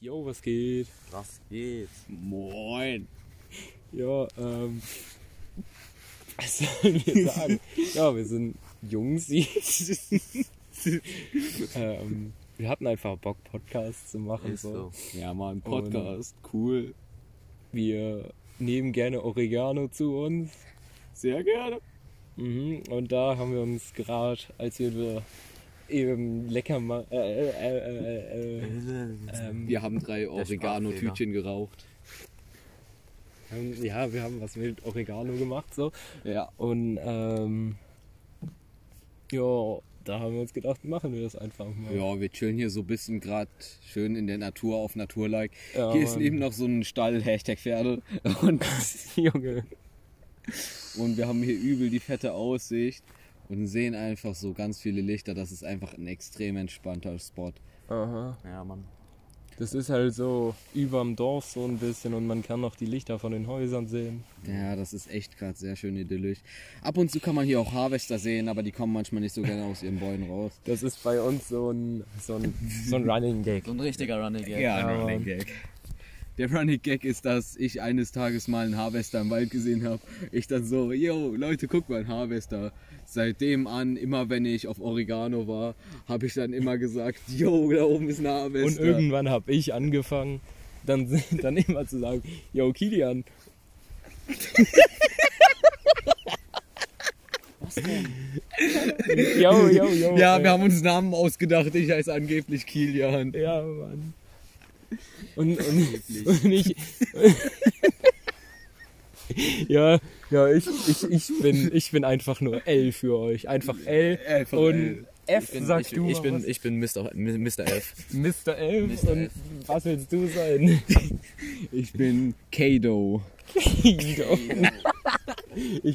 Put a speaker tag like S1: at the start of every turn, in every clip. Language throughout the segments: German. S1: Jo, was geht?
S2: Was geht?
S3: Moin.
S1: Ja, ähm. Was sollen wir sagen? ja, wir sind Jungs. ähm, wir hatten einfach Bock, Podcasts zu machen.
S2: Ist so.
S3: Ja, mal ein Podcast. Cool.
S1: Wir nehmen gerne Oregano zu uns.
S3: Sehr gerne.
S1: Mhm, und da haben wir uns gerade, als wir da eben lecker mal. Äh, äh, äh, äh, ähm,
S3: Wir haben drei Oregano-Tütchen geraucht.
S1: haben- ja, wir haben was mit Oregano gemacht, so.
S3: Ja.
S1: Und ähm, ja, da haben wir uns gedacht, machen wir das einfach mal.
S3: Ja, wir chillen hier so ein bisschen gerade schön in der Natur auf Naturlike.
S1: Ja,
S3: hier ist
S1: Mann.
S3: eben noch so ein Stall, Hashtag Pferde. Und,
S1: Junge.
S3: und wir haben hier übel die fette Aussicht und sehen einfach so ganz viele Lichter. Das ist einfach ein extrem entspannter Spot.
S1: Aha.
S2: Ja, Mann.
S1: Das ist halt so überm Dorf so ein bisschen und man kann noch die Lichter von den Häusern sehen.
S3: Ja, das ist echt gerade sehr schön idyllisch. Ab und zu kann man hier auch Harvester sehen, aber die kommen manchmal nicht so gerne aus ihren Bäumen raus.
S1: Das ist bei uns so ein, so ein, so ein Running Gag.
S2: So ein richtiger Running Gag.
S3: Ja, ein Äh, Running Gag. Der Running Gag ist, dass ich eines Tages mal einen Harvester im Wald gesehen habe. Ich dann so, yo, Leute, guck mal, ein Harvester. Seitdem an, immer wenn ich auf Oregano war, habe ich dann immer gesagt, yo, da oben ist ein
S1: Und
S3: Harvester.
S1: irgendwann habe ich angefangen, dann, dann immer zu sagen, yo Kilian,
S2: Was denn?
S1: yo, yo, yo.
S3: ja,
S1: ey.
S3: wir haben uns Namen ausgedacht. Ich heiße angeblich Kilian.
S1: Ja, Mann. Und, und, und ich. ja, ja, ich, ich, ich, bin, ich bin einfach nur L für euch. Einfach L.
S3: Einfach
S1: und F sagst
S2: ich,
S1: du.
S2: ich, bin,
S1: was?
S2: ich bin Mr. Mr. F.
S1: Mr. L.
S2: Mr.
S1: Und
S2: F.
S1: was willst du sein?
S3: Ich bin Kado.
S1: ich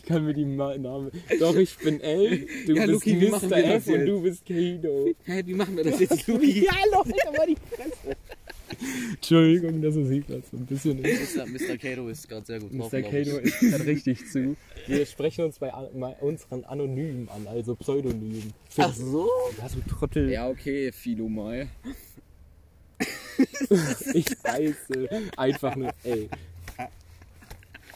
S1: kann mir die Ma- Namen. Doch, ich bin L. Du
S3: Ja,
S1: bist
S3: Luki, wie machen
S1: Mr.
S3: wir das
S1: F und
S3: jetzt?
S1: du bist Kano.
S3: Hä, wie machen wir das jetzt, Luki?
S1: Ja, Leute, mal die Fresse. Entschuldigung, dass es sieht, so ein bisschen.
S2: Mr. Mr. Kato ist gerade sehr gut drauf.
S1: Mr.
S2: glaub ich.
S1: Kano ist dann richtig zu. Wir sprechen uns bei an, bei unseren Anonymen an, also Pseudonymen.
S2: Ach so?
S1: Ja, du Trottel.
S3: Ja, okay, Philo mal.
S1: Ich weiß. äh, Einfach nur, ey.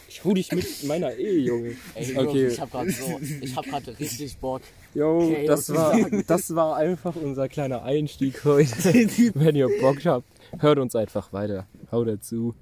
S1: Ich hau dich mit meiner Ehe, Junge.
S2: Ey, Jungs,
S1: okay.
S2: ich hab grad so, ich hab grad richtig Bock.
S1: Yo,
S2: Okay,
S1: das
S2: was
S1: war, das war einfach unser kleiner Einstieg heute. Wenn ihr Bock habt, hört uns einfach weiter. Hau dazu.